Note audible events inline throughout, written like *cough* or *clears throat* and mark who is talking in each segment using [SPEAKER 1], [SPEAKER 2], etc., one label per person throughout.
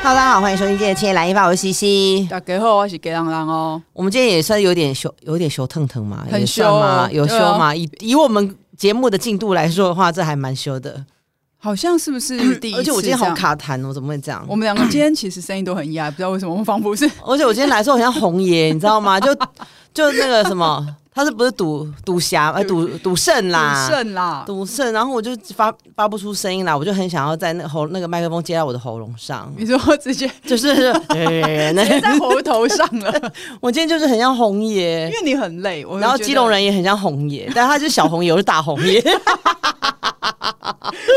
[SPEAKER 1] Hello，大家好，欢迎收听今天的《天来一发》，我是西西。
[SPEAKER 2] 大家好，我是给人人哦。
[SPEAKER 1] 我们今天也算有点羞，有点羞腾腾嘛，
[SPEAKER 2] 很
[SPEAKER 1] 也
[SPEAKER 2] 羞
[SPEAKER 1] 算嘛，有羞
[SPEAKER 2] 对啊
[SPEAKER 1] 嘛。以以我们节目的进度来说的话，这还蛮羞的。
[SPEAKER 2] 好像是不是第一
[SPEAKER 1] 嗯
[SPEAKER 2] 次？
[SPEAKER 1] 而且我今天好。卡痰哦，怎么会这样？
[SPEAKER 2] 我们两个今天其实声音都很哑，不知道为什么，我们仿佛是
[SPEAKER 1] 而且我今天来的时候很像红爷，你知道
[SPEAKER 2] *laughs*
[SPEAKER 1] 吗？就就那个什么，他是不是赌赌侠呃赌赌圣
[SPEAKER 2] *laughs*
[SPEAKER 1] 啦？
[SPEAKER 2] 胜啦。
[SPEAKER 1] 赌圣，然后我就发发不出声音来，我就很想要在那喉那个麦克风接到我的喉咙上，
[SPEAKER 2] 你说直接
[SPEAKER 1] 就是 *laughs* 呃那
[SPEAKER 2] 接在喉头上了，
[SPEAKER 1] *laughs* 我今天就是很像红
[SPEAKER 2] 因
[SPEAKER 1] 爷，
[SPEAKER 2] 为你很累。我
[SPEAKER 1] 然后
[SPEAKER 2] 觉得
[SPEAKER 1] 基隆人也很像红爷，但他是小红爷，我是大红
[SPEAKER 2] *laughs*
[SPEAKER 1] 爷。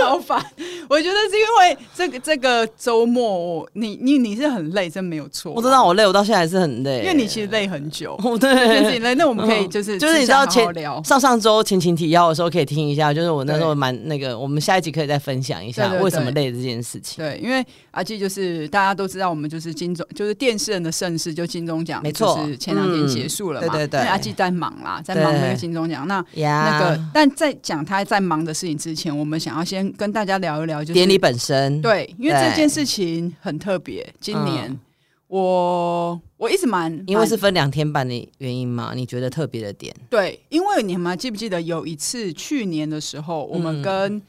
[SPEAKER 2] 好烦，我觉得是因为这个这个周末，我你你你是很累，真没有错。
[SPEAKER 1] 我知道，我累，我到现在还是很累，
[SPEAKER 2] 因为你其实累很久，
[SPEAKER 1] 哦
[SPEAKER 2] 但是你
[SPEAKER 1] 对。嗯
[SPEAKER 2] 累，那我们可以就是
[SPEAKER 1] 就是你
[SPEAKER 2] 私
[SPEAKER 1] 知
[SPEAKER 2] 下
[SPEAKER 1] 道
[SPEAKER 2] 好
[SPEAKER 1] 前
[SPEAKER 2] 好聊。
[SPEAKER 1] 上上周前情提要的时候可以听一下，就是我那时候
[SPEAKER 2] 对
[SPEAKER 1] 蛮那个，我们下一集可以再分享一下
[SPEAKER 2] 对对对
[SPEAKER 1] 为什么累这件事情。
[SPEAKER 2] 对，因为阿纪就是大家都知道，我们就是金钟，就是电视人的盛世，就金钟奖，
[SPEAKER 1] 没错
[SPEAKER 2] 就是前两天结束了嘛。
[SPEAKER 1] 嗯对对对啊
[SPEAKER 2] 因为阿纪在忙啦，在忙那个金钟奖。那那个，但在讲他在忙的事情之前，我们想要先跟大家聊一聊，就是
[SPEAKER 1] 典礼本身，
[SPEAKER 2] 对，因为
[SPEAKER 1] 对
[SPEAKER 2] 这件事情很特别。今年、
[SPEAKER 1] 嗯
[SPEAKER 2] 我我一直蛮
[SPEAKER 1] 因为
[SPEAKER 2] 蛮
[SPEAKER 1] 是分两天办的原因嘛，你觉得特别的点？
[SPEAKER 2] 对，因为你们还记不记得有一次去年的时候，我们
[SPEAKER 1] 嗯
[SPEAKER 2] 跟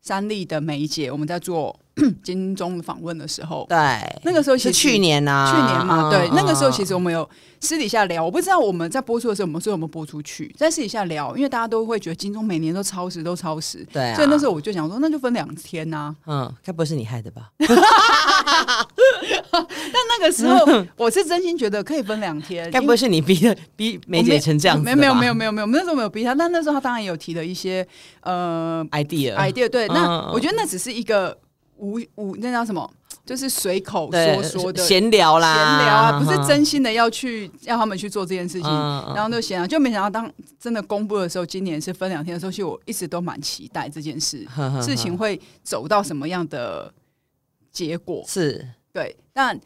[SPEAKER 2] 三立的梅姐我们在做 *clears throat* 金钟访问的时候，
[SPEAKER 1] 对，
[SPEAKER 2] 那个时候
[SPEAKER 1] 是
[SPEAKER 2] 其实
[SPEAKER 1] 去年啊，
[SPEAKER 2] 去年嘛，
[SPEAKER 1] 嗯
[SPEAKER 2] 对，那个时候其
[SPEAKER 1] 实
[SPEAKER 2] 实我们有私底下聊，我不知道我们在播出的时候，我们说我们播出去，在私底下聊，因为大家都会觉得金钟每年都超时，都超时，
[SPEAKER 1] 对啊，
[SPEAKER 2] 所以那时候我就想说，那就分两天呐、
[SPEAKER 1] 嗯，该不会是你害的吧？
[SPEAKER 2] 但那个时候我是真心觉得可以分两天，
[SPEAKER 1] 该不会是你逼的逼
[SPEAKER 2] 因为
[SPEAKER 1] 梅姐成这样子
[SPEAKER 2] 没
[SPEAKER 1] 的吧？
[SPEAKER 2] 有没有没有没有没有，我们那时候没有逼他，但那时候他当然有提了一些呃
[SPEAKER 1] idea
[SPEAKER 2] idea，对，
[SPEAKER 1] 嗯
[SPEAKER 2] 那我觉得那只是一个无无那叫什么，就是随口说
[SPEAKER 1] 对
[SPEAKER 2] 说的。
[SPEAKER 1] 闲聊啦，
[SPEAKER 2] 闲聊啊，不是
[SPEAKER 1] 嗯
[SPEAKER 2] 真心的要去要他们去做这件事情，
[SPEAKER 1] 嗯嗯
[SPEAKER 2] 然后就闲聊，就没想到当真的公布的时候，今年是分两天的时候，其实我一直都蛮期待这件事
[SPEAKER 1] 呵 *laughs* 呵呵
[SPEAKER 2] 事情会走到什么样的结果。
[SPEAKER 1] 是
[SPEAKER 2] 对，但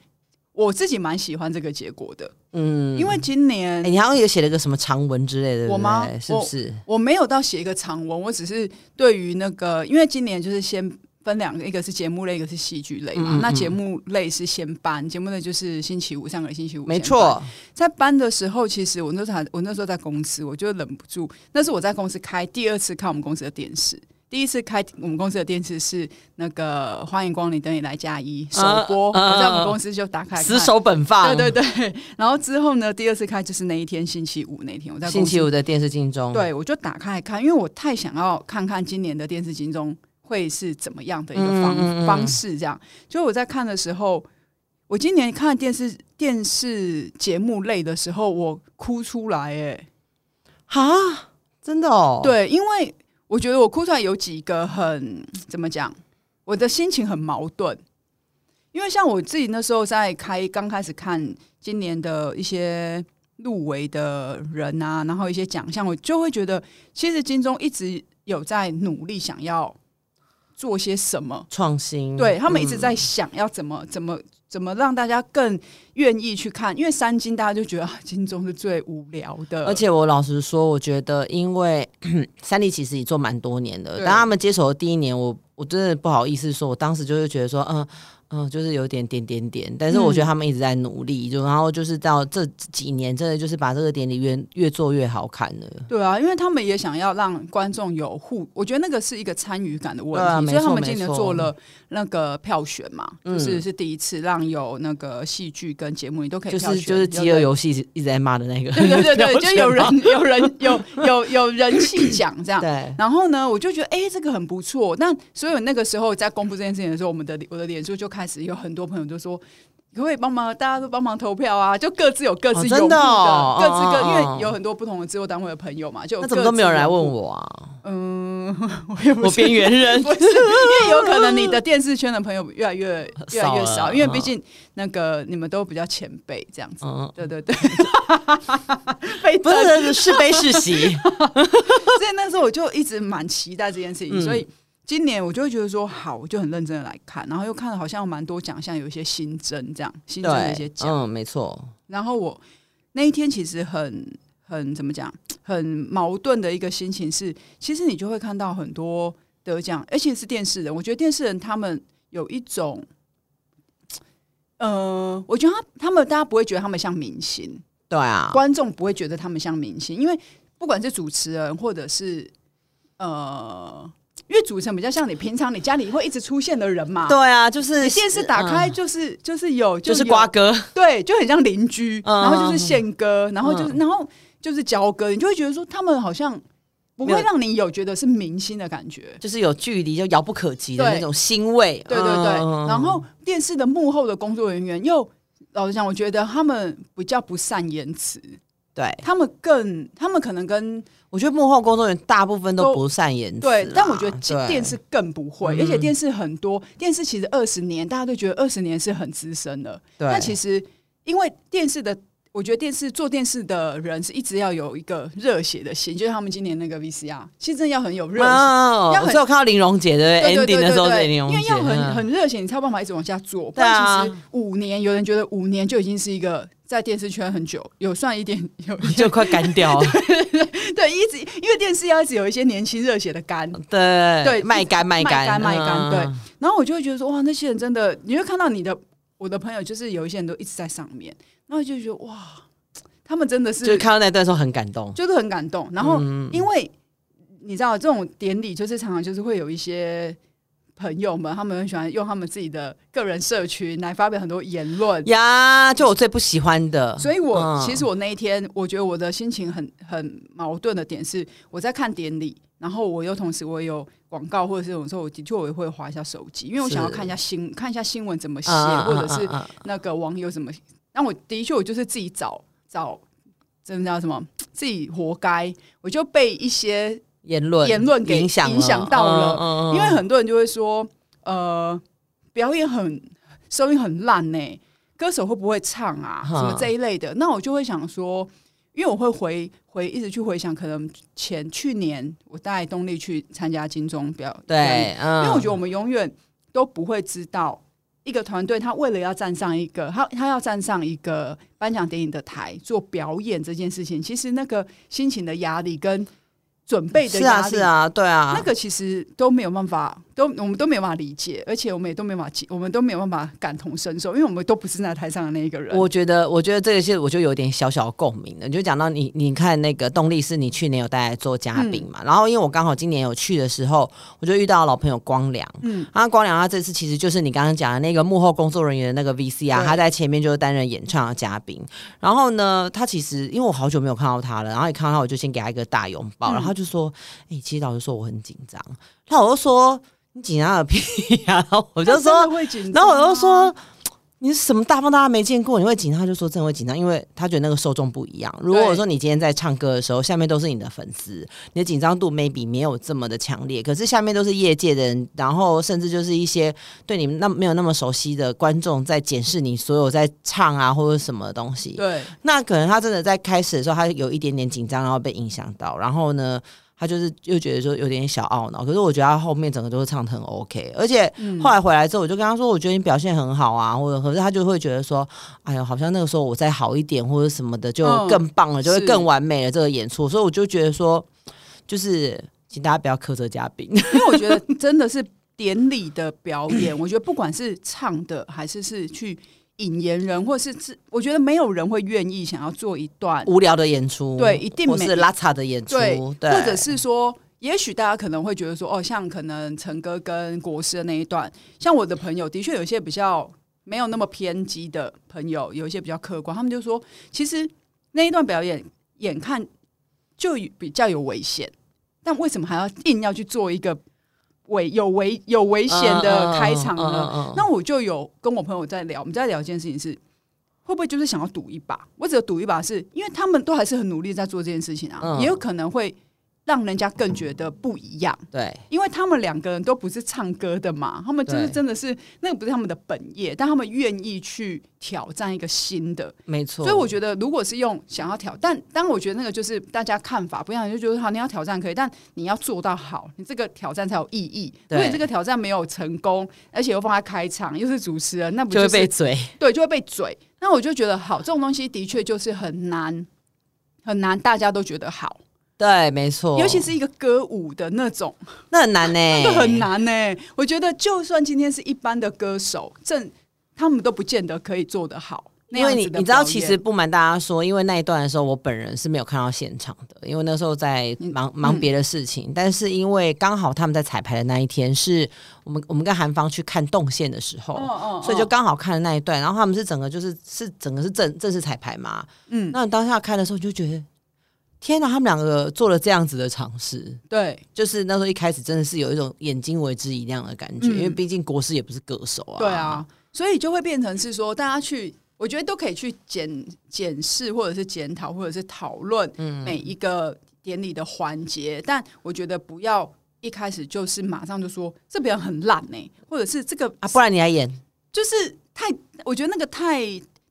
[SPEAKER 2] 我自己蛮喜欢这个结果的，
[SPEAKER 1] 嗯，
[SPEAKER 2] 因为今
[SPEAKER 1] 哎、
[SPEAKER 2] 年
[SPEAKER 1] 你好像有写了个什么长文之类的，对不对
[SPEAKER 2] 我吗
[SPEAKER 1] 是不是？
[SPEAKER 2] 我没有到写一个长文，我只是对于那个，因为今年就是先分两个，一个是节目类，一个是戏剧类嘛。
[SPEAKER 1] 嗯嗯嗯
[SPEAKER 2] 那节目类是先搬，节目类就是星期五上个星期五，
[SPEAKER 1] 没。错，
[SPEAKER 2] 在搬的时候，其实我那时候还我那时候在公司，我就忍不住，那是我在公司开第二次看我们公司的电视。第一次开我们公司的电视是那个“欢迎光临，等你来加一”首播，
[SPEAKER 1] 啊啊啊
[SPEAKER 2] 我在我们公司就打开看
[SPEAKER 1] 死守本放，
[SPEAKER 2] 对对对。然后之后呢，第二次开就是那一天星期五那一天，我在
[SPEAKER 1] 星
[SPEAKER 2] 公司
[SPEAKER 1] 期五的电视镜中，，
[SPEAKER 2] 对，我就打开来看，因为我太想要看看今年的电视金钟会是怎么样的一个方、
[SPEAKER 1] 嗯嗯嗯
[SPEAKER 2] 方式。这样，就我在看的时候，我今年看电视电视节目类的时候，我哭出来、哎、
[SPEAKER 1] 哈，真的哦，，
[SPEAKER 2] 对，因为我觉得我哭出来有几个很怎么讲，我的心情很矛盾。因为像我自己那时候在开刚开始看今年的一些入围的人啊，然后一些奖项，我就会觉得，其实金钟一直有在努力想要做些什么，
[SPEAKER 1] 创新，
[SPEAKER 2] 对他们一直
[SPEAKER 1] 嗯
[SPEAKER 2] 在呃想要怎么怎么怎么让大家更愿意去看，因为三金大家就觉得、啊、金钟是最无聊的，
[SPEAKER 1] 而且我老实说，我觉得因为 *coughs* 三立其实也做蛮多年的，
[SPEAKER 2] 对
[SPEAKER 1] 当他们接手的第一年，我我真的不好意思说，我当时就是觉得说，嗯嗯，就是有点点点点，但是我
[SPEAKER 2] 嗯
[SPEAKER 1] 觉得他们一直在努力，就然后就是到这几年，真的就是把这个典礼越越做越好看了。
[SPEAKER 2] 对啊，因为他们也想要让观众有互，我觉得那个是一个参与感的问
[SPEAKER 1] 对
[SPEAKER 2] 题，
[SPEAKER 1] 啊没
[SPEAKER 2] 所以他
[SPEAKER 1] 错
[SPEAKER 2] 们
[SPEAKER 1] 没
[SPEAKER 2] 今年
[SPEAKER 1] 错
[SPEAKER 2] 做了那个票选嘛，
[SPEAKER 1] 嗯
[SPEAKER 2] 就是是第一次让有那个戏剧跟节目你都可以
[SPEAKER 1] 就
[SPEAKER 2] 票选，
[SPEAKER 1] 是就是
[SPEAKER 2] 对不
[SPEAKER 1] 饥饿
[SPEAKER 2] 对
[SPEAKER 1] 游戏一直在骂的那个，
[SPEAKER 2] 对对
[SPEAKER 1] *laughs*
[SPEAKER 2] 对对，就有
[SPEAKER 1] 标签
[SPEAKER 2] 人有人有有有人气奖这样
[SPEAKER 1] 嘛。对。
[SPEAKER 2] 然后呢，我就觉得哎、诶这个很不错。那所以我那个时候在公布这件事情的时候，我们的我的脸书就开始有很多朋友就说，可不可以帮忙，大家都帮忙投票啊？就各自有各
[SPEAKER 1] 哦
[SPEAKER 2] 自
[SPEAKER 1] 真
[SPEAKER 2] 拥护
[SPEAKER 1] 的哦
[SPEAKER 2] 各自各，
[SPEAKER 1] 哦哦
[SPEAKER 2] 因为有很多不同的制作单位的朋友嘛，就
[SPEAKER 1] 那怎么都没有人来问
[SPEAKER 2] 我？
[SPEAKER 1] 我啊？
[SPEAKER 2] 嗯， *laughs* 我也 *laughs* 不
[SPEAKER 1] 我
[SPEAKER 2] 是，
[SPEAKER 1] 边
[SPEAKER 2] 因
[SPEAKER 1] 缘人，
[SPEAKER 2] 为有可能你的电视圈的朋友越来越越来越
[SPEAKER 1] 少 *laughs*
[SPEAKER 2] 少，
[SPEAKER 1] 了
[SPEAKER 2] 因为毕竟那个你们都比较前辈这样子。
[SPEAKER 1] 嗯，
[SPEAKER 2] 对对对， *laughs* 被
[SPEAKER 1] 不
[SPEAKER 2] 瞪
[SPEAKER 1] 是是悲
[SPEAKER 2] *laughs*
[SPEAKER 1] 是喜，
[SPEAKER 2] 所以那时候我就一直蛮期待这件事情，
[SPEAKER 1] 嗯
[SPEAKER 2] 所以今年我就会觉得说好，我就很认真的来看，然后又看了好像蛮多奖项，有一些新增这样新增的一些
[SPEAKER 1] 对，
[SPEAKER 2] 奖，
[SPEAKER 1] 嗯，没错，
[SPEAKER 2] 然后我那一天其实很很怎么讲，很矛盾的一个心情是，其实你就会看到很多得奖，而且是电视人，我觉得电视人他们有一种呃，我觉得他他们大家不会觉得他们像明星，
[SPEAKER 1] 对啊，
[SPEAKER 2] 观众不会觉得他们像明星，因为不管是主持人或者是呃，因为主持人比较像你平常你家里会一直出现的人嘛，
[SPEAKER 1] 对啊，就是嗯
[SPEAKER 2] 你电视打开就是、就是有
[SPEAKER 1] 就是
[SPEAKER 2] 有
[SPEAKER 1] 瓜哥，
[SPEAKER 2] 对，就很像邻居，
[SPEAKER 1] 嗯
[SPEAKER 2] 然后就是宪哥，然后就是、然后就是焦哥，你就会觉得说他们好像不
[SPEAKER 1] 没有
[SPEAKER 2] 会让你有觉得是明星的感觉。
[SPEAKER 1] 就是有距离就遥不可及的
[SPEAKER 2] 对
[SPEAKER 1] 那种欣慰。
[SPEAKER 2] 对对对，
[SPEAKER 1] 嗯
[SPEAKER 2] 然后电视的幕后的工作人员又老实讲，我觉得他们比较不善言辞，
[SPEAKER 1] 对，
[SPEAKER 2] 他们更他们可能跟
[SPEAKER 1] 我觉得幕后工作人员大部分都
[SPEAKER 2] 都
[SPEAKER 1] 不善言辞啦。
[SPEAKER 2] 对，但我觉得
[SPEAKER 1] 对嗯
[SPEAKER 2] 电视更不会，而且电视很多，电视其实二十年大家都觉得二十年是很资深了，
[SPEAKER 1] 对，
[SPEAKER 2] 那其实因为电视的，我觉得电视做电视的人是一直要有一个热血的心，就是他们今年那个 VCR，其实真的要很有热血。
[SPEAKER 1] 哦
[SPEAKER 2] 要，很
[SPEAKER 1] 我只有看到玲珑姐的
[SPEAKER 2] 对对
[SPEAKER 1] ending
[SPEAKER 2] 对
[SPEAKER 1] 的时候，
[SPEAKER 2] 对对，
[SPEAKER 1] 玲珑
[SPEAKER 2] 因
[SPEAKER 1] 姐，
[SPEAKER 2] 为要很
[SPEAKER 1] 嗯
[SPEAKER 2] 很热血，你才有办法一直往下做。不
[SPEAKER 1] 对啊
[SPEAKER 2] 然其实五年，有人觉得五年就已经是一个在电视圈很久，有算一点有 *laughs*
[SPEAKER 1] *laughs* 就快干掉了，
[SPEAKER 2] 对，一直因为电视要一直有一些年轻热血的肝，
[SPEAKER 1] 对
[SPEAKER 2] 对
[SPEAKER 1] 卖干卖干
[SPEAKER 2] 卖干卖干
[SPEAKER 1] 嗯
[SPEAKER 2] 然后我就会觉得说，哇，那些人真的，你会看到你的我的朋友，就是有一些人都一直在上面，然后就觉得哇，他们真的是
[SPEAKER 1] 就是看嗯到那段时候很感动，
[SPEAKER 2] 就是很感动。然后因为你知道这种典礼，就是常常就是会有一些朋友们，他们很喜欢用他们自己的个人社群来发表很多言论。
[SPEAKER 1] 呀，就我最不喜欢的，
[SPEAKER 2] 所以我，
[SPEAKER 1] 嗯
[SPEAKER 2] 其实我那一天，我觉得我的心情很很矛盾的点是，我在看典礼，然后我又同时我有广告或者是有时候我的确我也会划一下手机，因为我想要
[SPEAKER 1] 是
[SPEAKER 2] 看一下新看一下新闻怎么写，
[SPEAKER 1] 嗯
[SPEAKER 2] 或者是
[SPEAKER 1] 嗯嗯嗯嗯
[SPEAKER 2] 那个网友怎么，那我的确我就是自己找找，真的叫什么，自己活该，我就被一些
[SPEAKER 1] 言论
[SPEAKER 2] 言论给
[SPEAKER 1] 影响
[SPEAKER 2] 影响到了
[SPEAKER 1] 嗯嗯嗯
[SPEAKER 2] 因为很多人就会说，呃，表演很收音很烂呢、歌手会不会唱啊，什
[SPEAKER 1] 哈
[SPEAKER 2] 么这一类的。那我就会想说，因为我会回回一直去回想，可能前去年我带动力去参加金钟表表演，
[SPEAKER 1] 对，嗯因
[SPEAKER 2] 因为我觉得我们永远都不会知道。一个团队，他为了要站上一个，他他要站上一个颁奖典礼的台做表演这件事情，其实那个心情的压力跟准备的
[SPEAKER 1] 是
[SPEAKER 2] 压
[SPEAKER 1] 啊是
[SPEAKER 2] 力
[SPEAKER 1] 啊，对啊，
[SPEAKER 2] 那个其实都没有办法，都我们都没有办法理解，而且我们也都没有办法记，我们都没有办法感同身受，因为我们都不是那台上的那一个人。
[SPEAKER 1] 我觉得，我觉得这个是我就有点小小共鸣的。你就讲到你，你看那个动力是你去年有带来做嘉宾
[SPEAKER 2] 嗯
[SPEAKER 1] 嘛，然后因为我刚好今年有去的时候，我就遇到老朋友光良，
[SPEAKER 2] 嗯
[SPEAKER 1] 嗯，啊，光良他这次其实就是你刚刚讲的那个幕后工作人员的那个 VCR，
[SPEAKER 2] 对
[SPEAKER 1] 他在前面就是担任演唱的嘉宾，然后呢，他其实因为我好久没有看到他了，然后一看到他我就先给他一个大拥抱，
[SPEAKER 2] 嗯
[SPEAKER 1] 然后他就说，哎、其实老师说我很紧张，那我就说你紧张个屁呀、然后我就说
[SPEAKER 2] 真的会紧张
[SPEAKER 1] 然
[SPEAKER 2] 啊，
[SPEAKER 1] 后我就说。你是什么大风大家没见过，你会紧张？他就说真的会紧张，因为他觉得那个受众不一样。如果说你今天在唱歌的时候，下面都是你的粉丝，你的紧张度 maybe 没有这么的强烈，可是下面都是业界的人，然后甚至就是一些对你那没有那么熟悉的观众在检视你所有在唱啊或者什么东西。
[SPEAKER 2] 对，
[SPEAKER 1] 那可能他真的在开始的时候，他有一点点紧张，然后被影响到，然后呢，他就是又觉得说有点小懊恼。可是我觉得他后面整个都是唱的很 OK，而且
[SPEAKER 2] 嗯
[SPEAKER 1] 后来回来之后，我就跟他说，我觉得你表现很好啊，或者可是他就会觉得说，哎呦，好像那个时候我再好一点或者什么的，就
[SPEAKER 2] 嗯
[SPEAKER 1] 更棒了，就会
[SPEAKER 2] 是
[SPEAKER 1] 更完美了这个演出。所以我就觉得说，就是请大家不要苛责嘉宾， *laughs*
[SPEAKER 2] 因为我觉得真的是典礼的表
[SPEAKER 1] *laughs*
[SPEAKER 2] 演，我觉得不管是唱的还是是去引言人，或是是，我觉得没有人会愿意想要做一段，
[SPEAKER 1] 无聊的演出，
[SPEAKER 2] 对一定
[SPEAKER 1] 或
[SPEAKER 2] 没
[SPEAKER 1] 是拉遢的演出，
[SPEAKER 2] 对，
[SPEAKER 1] 对，
[SPEAKER 2] 或者是说。也许大家可能会觉得说，哦，像可能陈哥跟国师的那一段，像我的朋友，的确有一些比较没有那么偏激的朋友，有一些比较客观，他们就说，其实那一段表演眼看就比较有危险，但为什么还要硬要去做一个危有危有危险的开场呢？
[SPEAKER 1] 嗯嗯嗯嗯嗯
[SPEAKER 2] 那我就有跟我朋友在聊，我们在聊一件事情是，会不会就是想要赌一把？我只有赌一把是，因为他们都还是很努力在做这件事情啊，
[SPEAKER 1] 嗯
[SPEAKER 2] 也有可能会让人家更觉得不一样，
[SPEAKER 1] 对。
[SPEAKER 2] 因为他们两个人都不是唱歌的嘛，他们就是
[SPEAKER 1] 对
[SPEAKER 2] 真的是那个不是他们的本业，但他们愿意去挑战一个新的，
[SPEAKER 1] 没错，
[SPEAKER 2] 所以我觉得，如果是用想要挑，但当我觉得那个就是大家看法不一样，就觉得好，你要挑战可以，但你要做到好，你这个挑战才有意义。如
[SPEAKER 1] 对
[SPEAKER 2] 果你这个挑战没有成功，而且又放在开场，又是主持人，那不
[SPEAKER 1] 就会
[SPEAKER 2] 是
[SPEAKER 1] 被嘴。
[SPEAKER 2] 对就会被嘴？那我就觉得好，这种东西的确就是很难，很难，大家都觉得好，
[SPEAKER 1] 对，没错，
[SPEAKER 2] 尤其是一个歌舞的那种，
[SPEAKER 1] 那很难呢、欸
[SPEAKER 2] 欸这很难呢、我觉得就算今天是一般的歌手，正他们都不见得可以做得好。那
[SPEAKER 1] 因为
[SPEAKER 2] 样
[SPEAKER 1] 你
[SPEAKER 2] 子的
[SPEAKER 1] 你知道，
[SPEAKER 2] 表
[SPEAKER 1] 其
[SPEAKER 2] 演
[SPEAKER 1] 实不瞒大家说，因为那一段的时候，我本人是没有看到现场的，因为那时候在
[SPEAKER 2] 嗯
[SPEAKER 1] 忙忙别的事情。但是因为刚好他们在彩排的那一天，是我们我们跟韩方去看动线的时候，
[SPEAKER 2] 哦哦，
[SPEAKER 1] 所以就
[SPEAKER 2] 哦
[SPEAKER 1] 刚好看了那一段。然后他们是整个就是是整个是正正式彩排嘛。
[SPEAKER 2] 嗯，
[SPEAKER 1] 那你当下看的时候，你就觉得天哪，他们两个做了这样子的尝试。
[SPEAKER 2] 对
[SPEAKER 1] 就是那时候一开始真的是有一种眼睛为之一亮的感觉，
[SPEAKER 2] 嗯
[SPEAKER 1] 因为毕竟国师也不是歌手啊。
[SPEAKER 2] 对啊，，所以就会变成是说，大家去，我觉得都可以去检检视，或者是检讨，或者是讨论
[SPEAKER 1] 嗯
[SPEAKER 2] 每一个典礼的环节。但我觉得不要一开始就是马上就说这表演很烂呢、或者是这个
[SPEAKER 1] 啊，不然你来演。
[SPEAKER 2] 就是太，我觉得那个太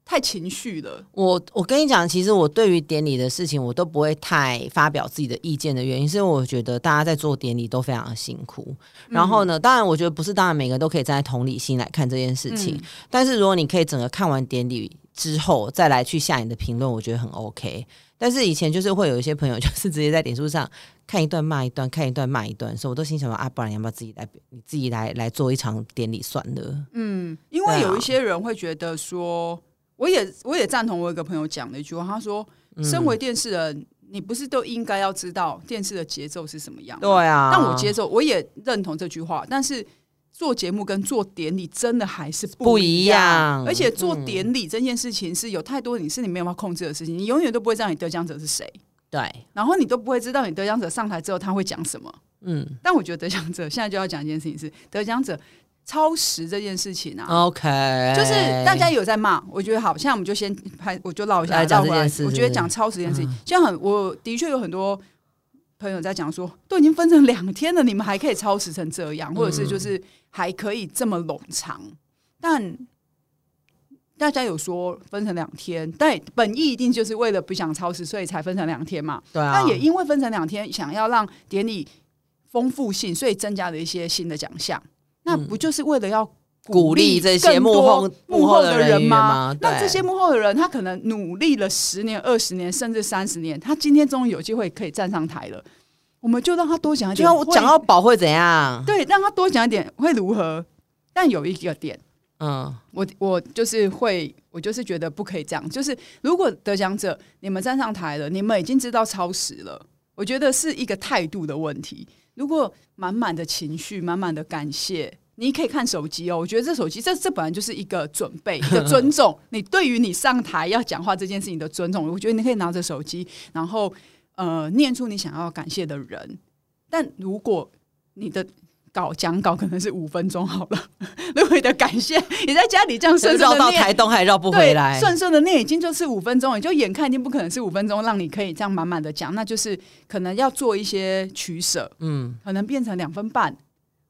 [SPEAKER 2] 太情绪了。
[SPEAKER 1] 我我跟你讲，其实我对于典礼的事情，我都不会太发表自己的意见的原因，是因为我觉得大家在做典礼都非常的辛苦。然后
[SPEAKER 2] 嗯
[SPEAKER 1] 呢，当然我觉得不是，当然每个人都可以站在同理心来看这件事
[SPEAKER 2] 嗯
[SPEAKER 1] 情。但是如果你可以整个看完典礼之后再来去下你的评论，我觉得很 OK。但是以前就是会有一些朋友， *laughs* 就是直接在脸书上看一段骂一段，看一段骂一段，所以我都心想说啊，不然你要不要自己来，你自己来来做一场典礼算了。
[SPEAKER 2] 嗯，因为
[SPEAKER 1] 对啊
[SPEAKER 2] 有一些人会觉得说，我也我也赞同我有一个朋友讲的一句话，他说，
[SPEAKER 1] 嗯
[SPEAKER 2] 嗯身为电视人，你不是都应该要知道电视的节奏是什么样吗？
[SPEAKER 1] 对啊，
[SPEAKER 2] 但我接受，我也认同这句话，但是。做节目跟做典礼真的还是
[SPEAKER 1] 不
[SPEAKER 2] 一
[SPEAKER 1] 一样嗯
[SPEAKER 2] 而且做典礼这件事情是有太多你是你没有办法控制的事情，你永远都不会知道你得奖者是谁，
[SPEAKER 1] 对，
[SPEAKER 2] 然后你都不会知道你得奖者上台之后他会讲什么。
[SPEAKER 1] 嗯
[SPEAKER 2] 但我觉得得奖者现在就要讲一件事情是得奖者超时这件事情啊，
[SPEAKER 1] ，OK，
[SPEAKER 2] 就是大家有在骂，我觉得好，现在我们就先拍，我就唠一下
[SPEAKER 1] 来讲
[SPEAKER 2] 绕
[SPEAKER 1] 这
[SPEAKER 2] 回来
[SPEAKER 1] 件事
[SPEAKER 2] 我
[SPEAKER 1] 是
[SPEAKER 2] 觉
[SPEAKER 1] 不是
[SPEAKER 2] 得
[SPEAKER 1] 嗯
[SPEAKER 2] 讲超时这件事情，这样很，我的确有很多朋友在讲说，都已经分成两天了，你们还可以超时成这样，或者是就是还可以这么冗长，但。大家有说分成两天，但本意一定就是为了不想超时，所以才分成两天嘛。
[SPEAKER 1] 对啊，
[SPEAKER 2] 但也因为分成两天，想要让典礼丰富性，所以增加了一些新的奖项。那不就是为了要
[SPEAKER 1] 嗯鼓励这些
[SPEAKER 2] 更
[SPEAKER 1] 幕
[SPEAKER 2] 多
[SPEAKER 1] 后
[SPEAKER 2] 幕
[SPEAKER 1] 后
[SPEAKER 2] 的
[SPEAKER 1] 人员
[SPEAKER 2] 吗
[SPEAKER 1] 吗？？
[SPEAKER 2] 那
[SPEAKER 1] 对
[SPEAKER 2] 这些幕后的人，他可能努力了十年、二十年，甚至三十年，他今天终于有机会可以站上台了。我们就让他多讲一
[SPEAKER 1] 就
[SPEAKER 2] 点，
[SPEAKER 1] 像我
[SPEAKER 2] 会
[SPEAKER 1] 讲到宝会怎样？
[SPEAKER 2] 对，让他多讲一点会如何？但有一个点，
[SPEAKER 1] 嗯，
[SPEAKER 2] 我我就是会，我就是觉得不可以这样。就是如果得奖者你们站上台了，你们已经知道超时了，我觉得是一个态度的问题。如果满满的情绪，满满的感谢，你可以看手机哦。我觉得这手机这这本来就是一个准备，一个尊重。你对于你上台要讲话这件事情的尊重，我觉得你可以拿着手机，然后呃念出你想要感谢的人。但如果你的稿讲稿可能是五分钟好了，如果你的感谢你在家里这样
[SPEAKER 1] 就
[SPEAKER 2] 顺顺
[SPEAKER 1] 绕
[SPEAKER 2] 的
[SPEAKER 1] 到
[SPEAKER 2] 念。
[SPEAKER 1] 台东还绕不
[SPEAKER 2] 对，
[SPEAKER 1] 回来。
[SPEAKER 2] 顺顺的念已经就是五分钟了，你就眼看已经不可能是五分钟，让你可以这样满满的讲，那就是可能要做一些取舍，
[SPEAKER 1] 嗯，
[SPEAKER 2] 可能变成两分半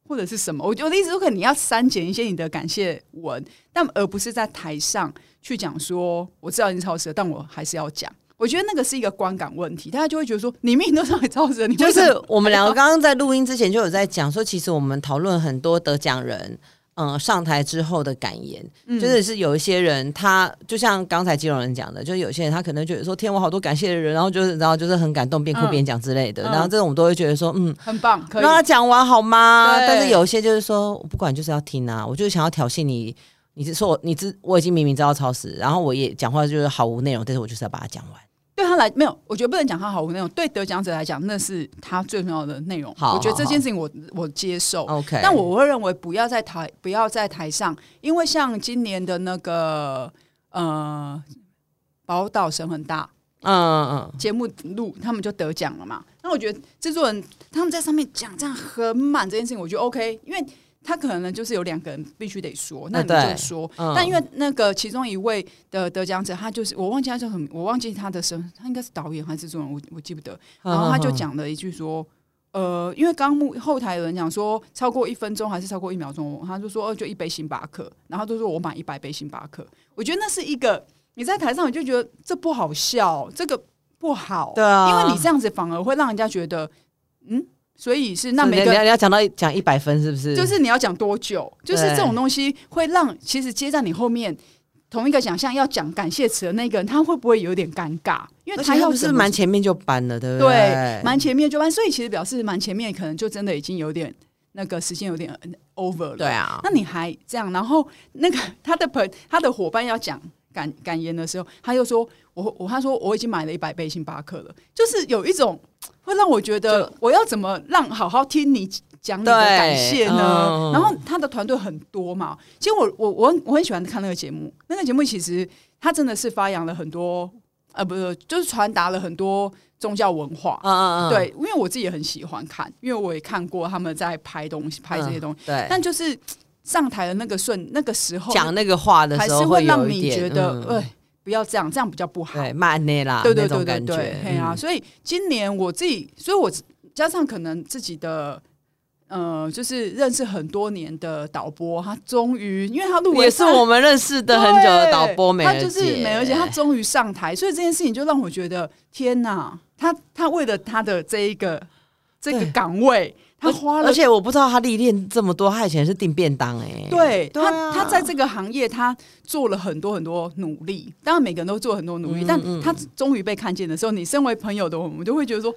[SPEAKER 2] 或者是什么。我我的意思，如果你要删减一些你的感谢文，但而不是在台上去讲说我知道你超时了，但我还是要讲。我觉得那个是一个观感问题，大家就会觉得说你明明都知道你超时了，你
[SPEAKER 1] 就
[SPEAKER 2] 为什
[SPEAKER 1] 是
[SPEAKER 2] 么
[SPEAKER 1] 我们两个刚刚在录音之前就有在讲说，其实我们讨论很多得奖人。嗯，上台之后的感言，
[SPEAKER 2] 嗯
[SPEAKER 1] 就是是有一些人他，就像刚才金融人讲的，就是有些人他可能觉得说，天，我好多感谢的人，然后就是然后就是很感动，边哭
[SPEAKER 2] 嗯
[SPEAKER 1] 边讲之类的，
[SPEAKER 2] 嗯
[SPEAKER 1] 然后这种我们都会觉得说，嗯，
[SPEAKER 2] 很棒，可以
[SPEAKER 1] 让他讲完好吗？
[SPEAKER 2] 对
[SPEAKER 1] 但是有一些就是说，我不管就是要听啊，我就是想要挑衅你。你是说我，你知我已经明明知道超时，然后我也讲话就是毫无内容，但是我就是要把它讲完。
[SPEAKER 2] 对他来没有，我觉得不能讲他好无内容。对得奖者来讲，那是他最重要的内容。
[SPEAKER 1] 好
[SPEAKER 2] 我觉得这
[SPEAKER 1] 好
[SPEAKER 2] 件事情我我接受。
[SPEAKER 1] OK，
[SPEAKER 2] 但我会认为不要在台不要在台上，因为像今年的那个呃宝岛神很大
[SPEAKER 1] 嗯嗯
[SPEAKER 2] 节目录，他们就得奖了嘛。那我觉得制作人他们在上面讲这样很满这件事情，我觉得 OK，因为他可能就是有两个人必须得说，那
[SPEAKER 1] 啊
[SPEAKER 2] 你们
[SPEAKER 1] 对
[SPEAKER 2] 就说。
[SPEAKER 1] 嗯，
[SPEAKER 2] 但因
[SPEAKER 1] 为
[SPEAKER 2] 为那个其中一位的得奖者，他就是我忘记他叫什么，我忘记他的身，他应该是导演还是制作人，我我记不得。
[SPEAKER 1] 嗯
[SPEAKER 2] 然后他就，讲了一句说，呃，因为刚幕后台有人讲说超过一分钟还是超过一秒钟，他就说、哦、就一杯星巴克，然后他就说我买一百杯星巴克。我觉得那是一个你在台上你就觉得这不好笑，这个不好，
[SPEAKER 1] 对啊
[SPEAKER 2] 因为你这样子反而会让人家觉得，嗯，所以是那
[SPEAKER 1] 那每
[SPEAKER 2] 每
[SPEAKER 1] 个
[SPEAKER 2] 个。
[SPEAKER 1] 你要讲到讲一百分是不是？
[SPEAKER 2] 就是你要讲多久，就是
[SPEAKER 1] 对
[SPEAKER 2] 这种东西会让其实接在你后面同一个奖项要讲感谢词的那个人，他会不会有点尴尬？因为
[SPEAKER 1] 而且
[SPEAKER 2] 他
[SPEAKER 1] 他
[SPEAKER 2] 要
[SPEAKER 1] 不是
[SPEAKER 2] 怎么
[SPEAKER 1] 蛮前面就搬了，对不
[SPEAKER 2] 对，
[SPEAKER 1] 对，
[SPEAKER 2] 蛮前面就班，所以其实表示蛮前面可能就真的已经有点那个时间有点呃 over 了。
[SPEAKER 1] 对啊
[SPEAKER 2] 那，你还这样，然后那个他的朋他的伙伴要讲感感言的时候，他又说我我他说我已经买了一百杯星巴克了，就是有一种会让我觉得我要怎么让好好听你讲你的
[SPEAKER 1] 对
[SPEAKER 2] 感谢呢？
[SPEAKER 1] 嗯
[SPEAKER 2] 然后他的团队很多嘛，其实我我我很我很喜欢看那个节目，那个节目其实他真的是发扬了很多呃不是就是传达了很多宗教文化。
[SPEAKER 1] 嗯嗯嗯，
[SPEAKER 2] 对，因为我自己也很喜欢看，因为我也看过他们在拍东
[SPEAKER 1] 嗯
[SPEAKER 2] 西，拍这些东西。
[SPEAKER 1] 对，
[SPEAKER 2] 但就是上台的那个瞬，那个时候
[SPEAKER 1] 讲那个话的
[SPEAKER 2] 还
[SPEAKER 1] 时
[SPEAKER 2] 是
[SPEAKER 1] 候
[SPEAKER 2] 会让
[SPEAKER 1] 有一
[SPEAKER 2] 你
[SPEAKER 1] 点
[SPEAKER 2] 觉得，
[SPEAKER 1] 嗯
[SPEAKER 2] 哎、不要这样，这样比较不好。
[SPEAKER 1] 对，慢内啦，
[SPEAKER 2] 对对
[SPEAKER 1] 那
[SPEAKER 2] 对
[SPEAKER 1] 种
[SPEAKER 2] 对
[SPEAKER 1] 感觉
[SPEAKER 2] 对，嘿啊！
[SPEAKER 1] 嗯
[SPEAKER 2] 所以今年我自己，所以我加上可能自己的。呃，就是认识很多年的导播，他终于，因为他入围
[SPEAKER 1] 也是
[SPEAKER 2] 三
[SPEAKER 1] 我们认识的很久的导播
[SPEAKER 2] 对
[SPEAKER 1] 美
[SPEAKER 2] 他
[SPEAKER 1] 儿
[SPEAKER 2] 就是美而姐，她终于上台，所以这件事情就让我觉得，天哪，他他为了他的这一个这个
[SPEAKER 1] 对
[SPEAKER 2] 岗位，他花了
[SPEAKER 1] 而且我不知道他历练这么多，他以前是订便当哎、
[SPEAKER 2] 对
[SPEAKER 1] 对啊
[SPEAKER 2] 他，他在这个行业他做了很多很多努力，当然每个人都做了很多努力，
[SPEAKER 1] 嗯
[SPEAKER 2] 但
[SPEAKER 1] 嗯
[SPEAKER 2] 他终于被看见的时候，你身为朋友的我们就会觉得说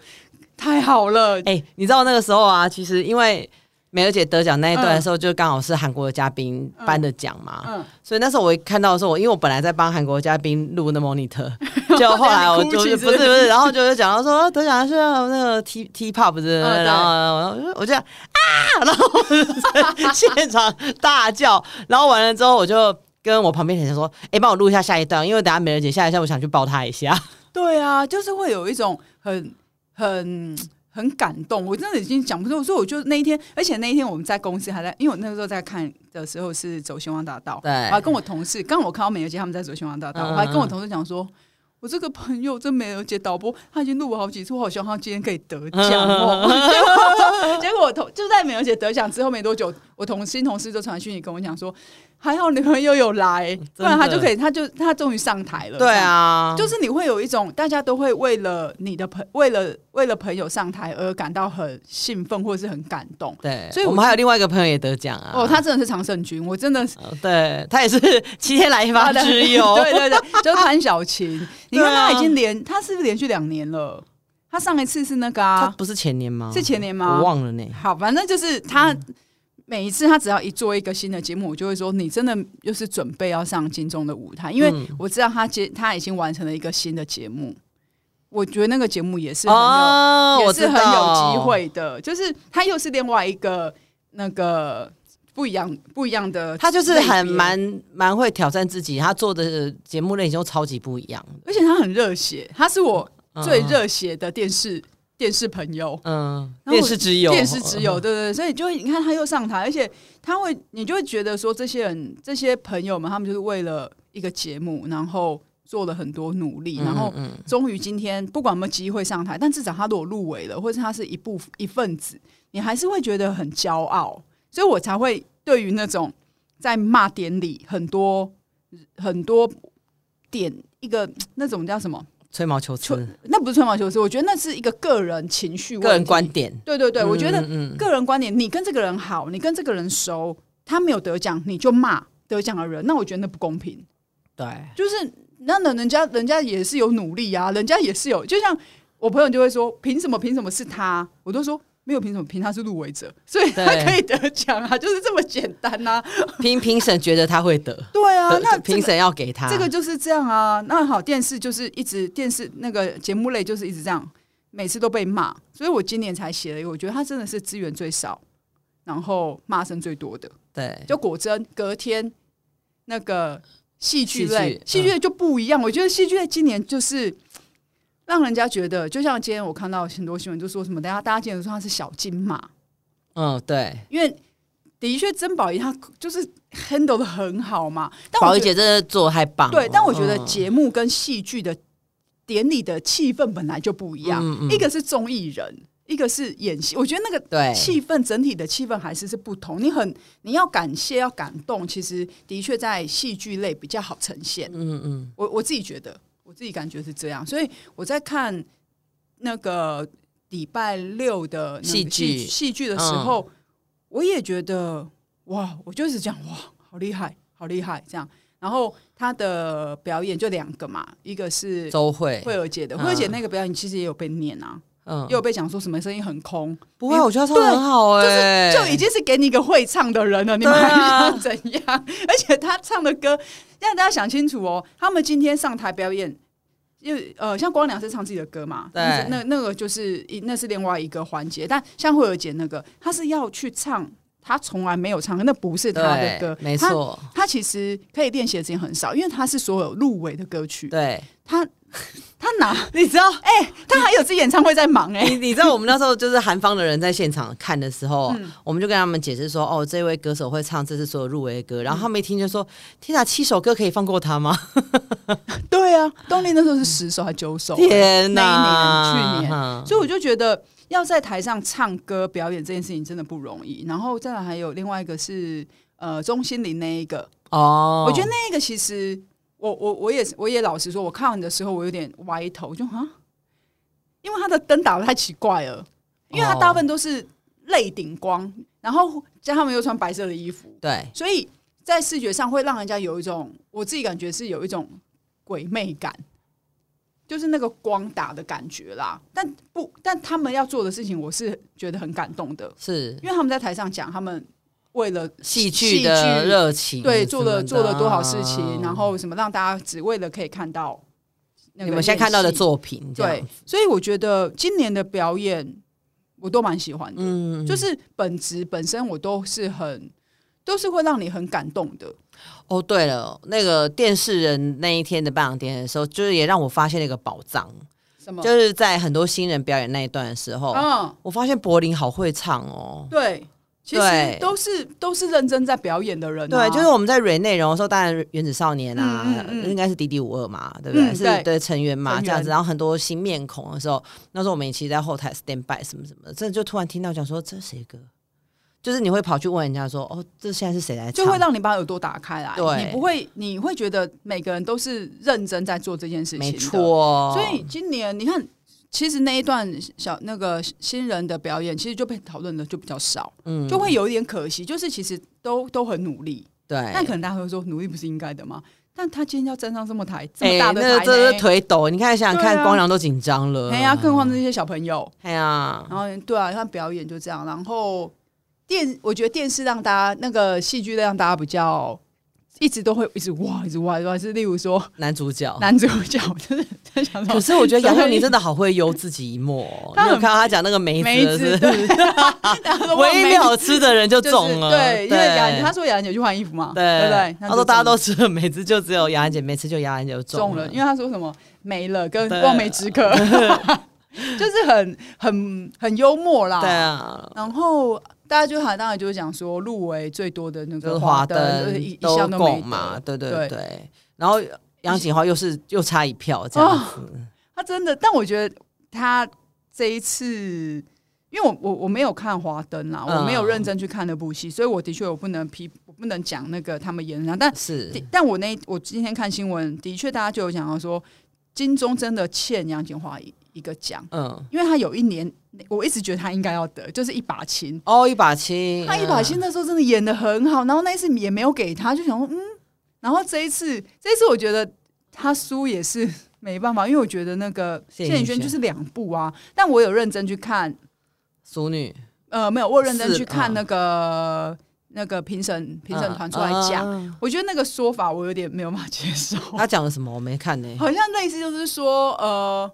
[SPEAKER 2] 太好了，
[SPEAKER 1] 哎、你知道那个时候啊，其实因为美儿姐得奖那一段的时候，就刚好是韩国的嘉宾颁的奖嘛，
[SPEAKER 2] 嗯，
[SPEAKER 1] 所以那时候我一看到的时候，我因为我本来在帮韩国嘉宾录那
[SPEAKER 2] *laughs*
[SPEAKER 1] monitor，就后来我就
[SPEAKER 2] 你哭泣
[SPEAKER 1] 是
[SPEAKER 2] 是
[SPEAKER 1] 不
[SPEAKER 2] 不是
[SPEAKER 1] 是不是，然后就是讲到说得奖的是那个 T T pop 不是，
[SPEAKER 2] 嗯对
[SPEAKER 1] 然后然后我就我就这样啊，然后我就在现场大叫，然后完了之后我就。跟我旁边的人说：“哎、帮我录一下下一段，因为等下美人姐下一下，我想去抱她一下。
[SPEAKER 2] 对啊，就是会有一种很很。很感动，我真的已经讲不出。所以我就那一天，而且那一天我们在公司还在，因为我那个时候在看的时候是走星光大道，
[SPEAKER 1] 对
[SPEAKER 2] 我还跟我同事，刚好我看到美游姐他们在走星光大道，
[SPEAKER 1] 嗯
[SPEAKER 2] 我还跟我同事讲说，我这个朋友这美游姐导播，他已经录了好几次，我好希望他今天可以得奖哦。
[SPEAKER 1] 嗯
[SPEAKER 2] *laughs* 结果结果我同就在美游姐得奖之后没多久，我同新同事就传讯息跟我讲说，还好你朋友有来，不然他就可以，他就他终于上台了。
[SPEAKER 1] 哦对啊，
[SPEAKER 2] 就是你会有一种大家都会为了你的朋，为了为了朋友上台而感到很兴奋或者是很感动。
[SPEAKER 1] 对，
[SPEAKER 2] 所以
[SPEAKER 1] 我
[SPEAKER 2] 我
[SPEAKER 1] 们还有另外一个朋友也得奖啊。
[SPEAKER 2] 哦，他真的是常胜军，我真的是，
[SPEAKER 1] 呃对他也是 *laughs* 七天来一发之友
[SPEAKER 2] 哦 *laughs* 对对对，就是潘晓琴。
[SPEAKER 1] *laughs*
[SPEAKER 2] 你看
[SPEAKER 1] 对啊
[SPEAKER 2] 他已经连，他是不是连续两年了？他上一次是那个
[SPEAKER 1] 他
[SPEAKER 2] 啊，
[SPEAKER 1] 不是前年吗？
[SPEAKER 2] 是前年吗？
[SPEAKER 1] 我忘了呢。嗯
[SPEAKER 2] 好，反正就是他每一次他只要一做一个新的节目，我就会说你真的就是准备要上金钟的舞台，因为
[SPEAKER 1] 嗯
[SPEAKER 2] 我知道他接他已经完成了一个新的节目，我觉得那个节目也是很有、
[SPEAKER 1] 哦，
[SPEAKER 2] 也
[SPEAKER 1] 我
[SPEAKER 2] 是
[SPEAKER 1] 知
[SPEAKER 2] 很有
[SPEAKER 1] 道
[SPEAKER 2] 机。会的，就是他又是另外一个那个不一样不一样的，
[SPEAKER 1] 他就是很。蛮蛮会挑战自己，他做的节目类型都超级不一样。
[SPEAKER 2] 而且他很热血，他是我
[SPEAKER 1] 嗯
[SPEAKER 2] 最热血的电视、电视朋友。
[SPEAKER 1] 嗯，
[SPEAKER 2] 然后我
[SPEAKER 1] 电视之友，嗯
[SPEAKER 2] 电视只有对对对，所以就会你看他又上台，而且他会，你就会觉得说这些人、这些朋友们，他们就是为了一个节目，然后做了很多努力，
[SPEAKER 1] 嗯，
[SPEAKER 2] 然后
[SPEAKER 1] 嗯嗯
[SPEAKER 2] 终于今天不管有没有机会上台，但至少他如果入围了，或者他是一部一份子，你还是会觉得很骄傲，所以我才会对于那种在骂典礼很多很多点一个那种叫什么
[SPEAKER 1] 吹毛求疵，
[SPEAKER 2] 那不是吹毛求疵，我觉得那是一个个人情绪问题、
[SPEAKER 1] 个人观点。
[SPEAKER 2] 对对对，我觉得
[SPEAKER 1] 嗯，嗯
[SPEAKER 2] 个人观点，你跟这个人好，你跟这个人熟，他没有得奖，你就骂得奖的人，那我觉得那不公平。
[SPEAKER 1] 对，
[SPEAKER 2] 就是那人人家人家也是有努力啊，人家也是有，就像我朋友就会说，凭什么凭什么是他？我都说。没有凭什么，凭他是入围者，所以他
[SPEAKER 1] 对
[SPEAKER 2] 可以得奖啊， *laughs* 就是这么简单呐、啊。
[SPEAKER 1] 评评审觉得他会得，
[SPEAKER 2] 对 *laughs* 啊，
[SPEAKER 1] 得
[SPEAKER 2] 那这
[SPEAKER 1] 评
[SPEAKER 2] 个
[SPEAKER 1] 审要给他
[SPEAKER 2] 这个就是这样啊。那好，电视就是一直电视那个节目类就是一直这样，每次都被骂，所以我今年才写了一个，我觉得他真的是资源最少，然后骂声最多的。
[SPEAKER 1] 对，
[SPEAKER 2] 就果真隔天那个戏剧类，
[SPEAKER 1] 戏剧嗯
[SPEAKER 2] 戏剧类就不一样。我觉得戏剧类今年就是让人家觉得，就像今天我看到很多新闻，就说什么，大家大家今天说他是小金马，
[SPEAKER 1] 嗯对。
[SPEAKER 2] 因为的确曾宝仪她就是 handle 的很好嘛。但
[SPEAKER 1] 宝
[SPEAKER 2] 我
[SPEAKER 1] 仪姐
[SPEAKER 2] 觉得
[SPEAKER 1] 真的做得太棒了，
[SPEAKER 2] 对，但我觉得
[SPEAKER 1] 嗯
[SPEAKER 2] 节目跟戏剧的典礼的气氛本来就不一样，
[SPEAKER 1] 嗯嗯
[SPEAKER 2] 一个是综艺人，一个是演戏。我觉得那个
[SPEAKER 1] 对
[SPEAKER 2] 气氛整体的气氛还是是不同。你很你要感谢要感动，其实的确在戏剧类比较好呈现。
[SPEAKER 1] 嗯嗯，
[SPEAKER 2] 我我自己觉得，我自己感觉是这样。所以我在看那个礼拜六的那个
[SPEAKER 1] 戏剧嗯
[SPEAKER 2] 戏剧的时候，我也觉得哇，我就是这样哇，好厉害，好厉害这样。然后他的表演就两个嘛，一个是
[SPEAKER 1] 周慧
[SPEAKER 2] 慧儿姐的，
[SPEAKER 1] 嗯
[SPEAKER 2] 慧儿姐那个表演其实也有被念啊，
[SPEAKER 1] 嗯，
[SPEAKER 2] 又被讲说什么声音很空，
[SPEAKER 1] 不会，我觉得他唱
[SPEAKER 2] 对
[SPEAKER 1] 得很好哎、
[SPEAKER 2] 就已经是给你一个会唱的人了，你们
[SPEAKER 1] 对
[SPEAKER 2] 还
[SPEAKER 1] 啊
[SPEAKER 2] 想怎样？ *laughs* 而且他唱的歌，让大家想清楚哦，他们今天上台表演。因为呃，像光良是唱自己的歌嘛，
[SPEAKER 1] 对
[SPEAKER 2] 那是那那个就是一那是另外一个环节。但像慧儿姐那个，她是要去唱，她从来没有唱，那不是她的歌
[SPEAKER 1] 对，，没
[SPEAKER 2] 她。
[SPEAKER 1] 错，
[SPEAKER 2] 她其实可以练习的时间很少，因为她是所有入围的歌曲，
[SPEAKER 1] 对， *laughs*
[SPEAKER 2] 她她拿
[SPEAKER 1] 你知道。
[SPEAKER 2] 哎、她还有自己演唱会在忙哎、
[SPEAKER 1] 你你知道我们那时候就是韩方的人在现场看的时候，
[SPEAKER 2] 嗯
[SPEAKER 1] 我们就跟他们解释说，哦，这位歌手会唱这次所有入围的歌，然
[SPEAKER 2] 嗯
[SPEAKER 1] 后他们一听就说，天哪，七首歌可以放过他吗？
[SPEAKER 2] 对啊，动力那时候是十首还九首、
[SPEAKER 1] 天哪，
[SPEAKER 2] 哦
[SPEAKER 1] 嗯
[SPEAKER 2] 那一年去年
[SPEAKER 1] 年
[SPEAKER 2] 所以我就觉得要在台上唱歌表演这件事情真的不容易。然后再来还有另外一个是呃钟欣凌那一个，
[SPEAKER 1] 哦，
[SPEAKER 2] 我觉得那一个其实我我我也我也老实说，我看完的时候我有点歪头，就啊，因为他的灯打的太奇怪了，因为他大部分都是泪顶光，然后加上他们又穿白色的衣服，
[SPEAKER 1] 对
[SPEAKER 2] 所以在视觉上会让人家有一种，我自己感觉是有一种鬼魅感，就是那个光打的感觉啦。但不，但他们要做的事情，我是觉得很感动的，
[SPEAKER 1] 是
[SPEAKER 2] 因为他们在台上讲，他们为了
[SPEAKER 1] 戏剧的热情，
[SPEAKER 2] 对做了
[SPEAKER 1] 什么
[SPEAKER 2] 做
[SPEAKER 1] 的嗯
[SPEAKER 2] 了多少事情，然后什么让大家只为了可以看到那个
[SPEAKER 1] 你们现在看到的
[SPEAKER 2] 演戏
[SPEAKER 1] 作品，这样
[SPEAKER 2] 对，，所以我觉得今年的表演我都蛮喜欢的，
[SPEAKER 1] 嗯，
[SPEAKER 2] 就是本质本身我都是很都是会让你很感动的。
[SPEAKER 1] 哦，对了，那个电视人那一天的颁奖典礼的时候，就是也让我发现了一个宝藏，
[SPEAKER 2] 什么？
[SPEAKER 1] 就是在很多新人表演那一段的时候，
[SPEAKER 2] 嗯，
[SPEAKER 1] 我发现柏林好会唱哦。
[SPEAKER 2] 对，其实
[SPEAKER 1] 对
[SPEAKER 2] 都是都是认真在表演的人、啊，
[SPEAKER 1] 对，就是我们在蕊内容的时候，当然原子少年啊，
[SPEAKER 2] 嗯嗯嗯
[SPEAKER 1] 应该是 D D 五二嘛，对不对？
[SPEAKER 2] 嗯
[SPEAKER 1] 是
[SPEAKER 2] 对
[SPEAKER 1] 对成员嘛
[SPEAKER 2] 成员
[SPEAKER 1] 这样子，然后很多新面孔的时候，那时候我们也其实在后台 stand by 什么什么的，真的就突然听到讲说这是谁歌，就是你会跑去问人家说哦，这现在是谁来唱？
[SPEAKER 2] 就会让你把耳朵打开来，
[SPEAKER 1] 对
[SPEAKER 2] 你不会，你会觉得每个人都是认真在做这件事情，
[SPEAKER 1] 没。错，
[SPEAKER 2] 所以今年你看，其实那一段小那个新人的表演，其实就被讨论的就比较少，
[SPEAKER 1] 嗯
[SPEAKER 2] 就会有一点可惜，就是其实都都很努力，
[SPEAKER 1] 对，
[SPEAKER 2] 但可能大家会说努力不是应该的吗？但他今天要站上这么台这
[SPEAKER 1] 哎，
[SPEAKER 2] 么大的
[SPEAKER 1] 那
[SPEAKER 2] 台
[SPEAKER 1] 个真的是嗯
[SPEAKER 2] 呢，
[SPEAKER 1] 腿抖，你看想想
[SPEAKER 2] 对
[SPEAKER 1] 看，
[SPEAKER 2] 啊
[SPEAKER 1] 光良都紧张了。
[SPEAKER 2] 哎呀、更何况那些小朋友，
[SPEAKER 1] 哎呀，
[SPEAKER 2] 然后对啊，像表演就这样，然后电我觉得电视让大家那个戏剧让大家比较一直都会一直哇一直哇一直哇，是例如说
[SPEAKER 1] 男主角。
[SPEAKER 2] 男主角就是在想
[SPEAKER 1] 可
[SPEAKER 2] 说
[SPEAKER 1] 是我觉得杨
[SPEAKER 2] 所以
[SPEAKER 1] 佑宁真的好会悠自己一默哦，
[SPEAKER 2] 他
[SPEAKER 1] 你
[SPEAKER 2] 很
[SPEAKER 1] 有看到他讲那个梅
[SPEAKER 2] 梅
[SPEAKER 1] 子的 *laughs*
[SPEAKER 2] 子
[SPEAKER 1] 是不是，
[SPEAKER 2] 对， *laughs* 然后说哇
[SPEAKER 1] 唯一没有吃的人就
[SPEAKER 2] 梅子
[SPEAKER 1] 中了，
[SPEAKER 2] 就是对，因为雅
[SPEAKER 1] 啊对
[SPEAKER 2] 他说雅兰姐去换衣服嘛，对不
[SPEAKER 1] 对
[SPEAKER 2] 对？
[SPEAKER 1] 他说大家都吃了梅子，就只有雅兰姐没吃，就雅兰姐就
[SPEAKER 2] 中
[SPEAKER 1] 了
[SPEAKER 2] 了，，因为他说什么没了跟
[SPEAKER 1] 对
[SPEAKER 2] 望梅
[SPEAKER 1] *laughs*
[SPEAKER 2] 止渴，就是很很很幽默啦，
[SPEAKER 1] 对啊，
[SPEAKER 2] 然后大家就喊，当然就是讲说入围最多的那
[SPEAKER 1] 就是
[SPEAKER 2] 个
[SPEAKER 1] 华
[SPEAKER 2] 灯，就是一
[SPEAKER 1] 灯
[SPEAKER 2] 一项都没
[SPEAKER 1] 拱
[SPEAKER 2] 得
[SPEAKER 1] 嘛，对对
[SPEAKER 2] 对
[SPEAKER 1] 对，然后杨锦华又是又差一票这样子，
[SPEAKER 2] 他真的，但我觉得他这一次，因为我我我没有看华灯啦，
[SPEAKER 1] 嗯
[SPEAKER 2] 我没有认真去看那部戏，所以我的确我不能批，我不能讲那个他们演的，但
[SPEAKER 1] 是
[SPEAKER 2] 但我那我今天看新闻，的确大家就有讲到说，金钟真的欠杨锦华一一个奖，
[SPEAKER 1] 嗯，
[SPEAKER 2] 因为他有一年，我一直觉得他应该要得，就是一把琴，
[SPEAKER 1] 哦一把青，
[SPEAKER 2] 他一把戏
[SPEAKER 1] 嗯
[SPEAKER 2] 那时候真的演的很好，然后那一次也没有给他，就想说嗯，然后这一次，这一次我觉得他输也是没办法，因为我觉得那个
[SPEAKER 1] 谢
[SPEAKER 2] 谢
[SPEAKER 1] 颖
[SPEAKER 2] 颖
[SPEAKER 1] 轩
[SPEAKER 2] 轩就是两部啊，但我有认真去看，
[SPEAKER 1] 淑女
[SPEAKER 2] 呃，没有，我有认真去
[SPEAKER 1] 是
[SPEAKER 2] 看
[SPEAKER 1] 嗯
[SPEAKER 2] 那个、呃那个评审评审团出来讲，
[SPEAKER 1] 嗯嗯嗯
[SPEAKER 2] 我觉得那个说法我有点没有办法接受，
[SPEAKER 1] 他讲了什么？我没看呢、
[SPEAKER 2] 好像类似就是说，呃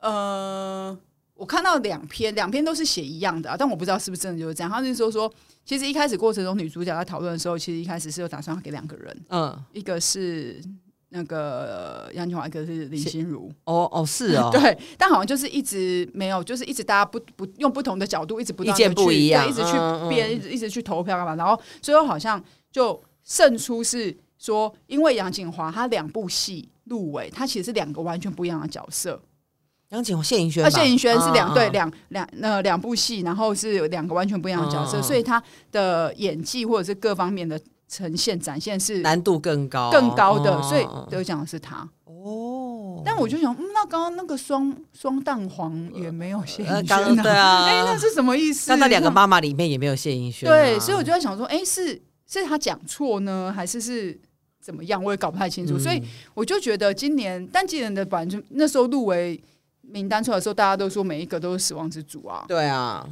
[SPEAKER 2] 呃，我看到两篇，两篇都是写一样的、啊，但我不知道是不是真的就是这样。他就是说说，其实一开始过程中女主角在讨论的时候，其实一开始是有打算给两个人，
[SPEAKER 1] 嗯，
[SPEAKER 2] 一个是那个杨千嬅，一个是林心如。，
[SPEAKER 1] 哦哦，是哦
[SPEAKER 2] *laughs* 对，但好像就是一直没有，就是一直大家不不用不同的角度，一直不断
[SPEAKER 1] 意
[SPEAKER 2] 地
[SPEAKER 1] 见不
[SPEAKER 2] 去
[SPEAKER 1] 一样
[SPEAKER 2] 对一直
[SPEAKER 1] 嗯嗯
[SPEAKER 2] 去编，一直一直去投票干嘛？然后最后好像就胜出是说，因为杨锦华她两部戏入围，她其实是两个完全不一样的角色。
[SPEAKER 1] 杨景华、谢颖轩吧，
[SPEAKER 2] 那谢颖轩是两、
[SPEAKER 1] 嗯
[SPEAKER 2] 对，
[SPEAKER 1] 嗯
[SPEAKER 2] 两两呃两部戏，然后是有两个完全不一样的角色，
[SPEAKER 1] 嗯嗯
[SPEAKER 2] 所以她的演技或者是各方面的呈现展现是
[SPEAKER 1] 难度更高，
[SPEAKER 2] 更高的，
[SPEAKER 1] 嗯
[SPEAKER 2] 所以
[SPEAKER 1] 嗯嗯
[SPEAKER 2] 得奖的是她。
[SPEAKER 1] 哦，
[SPEAKER 2] 但我就想，嗯，那刚刚那个双双蛋黄也没有谢
[SPEAKER 1] 呃，
[SPEAKER 2] 颖
[SPEAKER 1] 刚
[SPEAKER 2] 轩
[SPEAKER 1] 对
[SPEAKER 2] 啊， *laughs*
[SPEAKER 1] 啊，
[SPEAKER 2] 哎、那是什么意思？
[SPEAKER 1] 那那两个妈妈里面也没有谢颖轩、啊，
[SPEAKER 2] 对，所以我就在想说，哎、是是他讲错呢，还是是怎么样？我也搞不太清楚，所以
[SPEAKER 1] 嗯
[SPEAKER 2] 我就觉得今年，但今年的反正那时候入围。名单出来的时候，大家都说每一个都是死亡之组啊。
[SPEAKER 1] 对啊，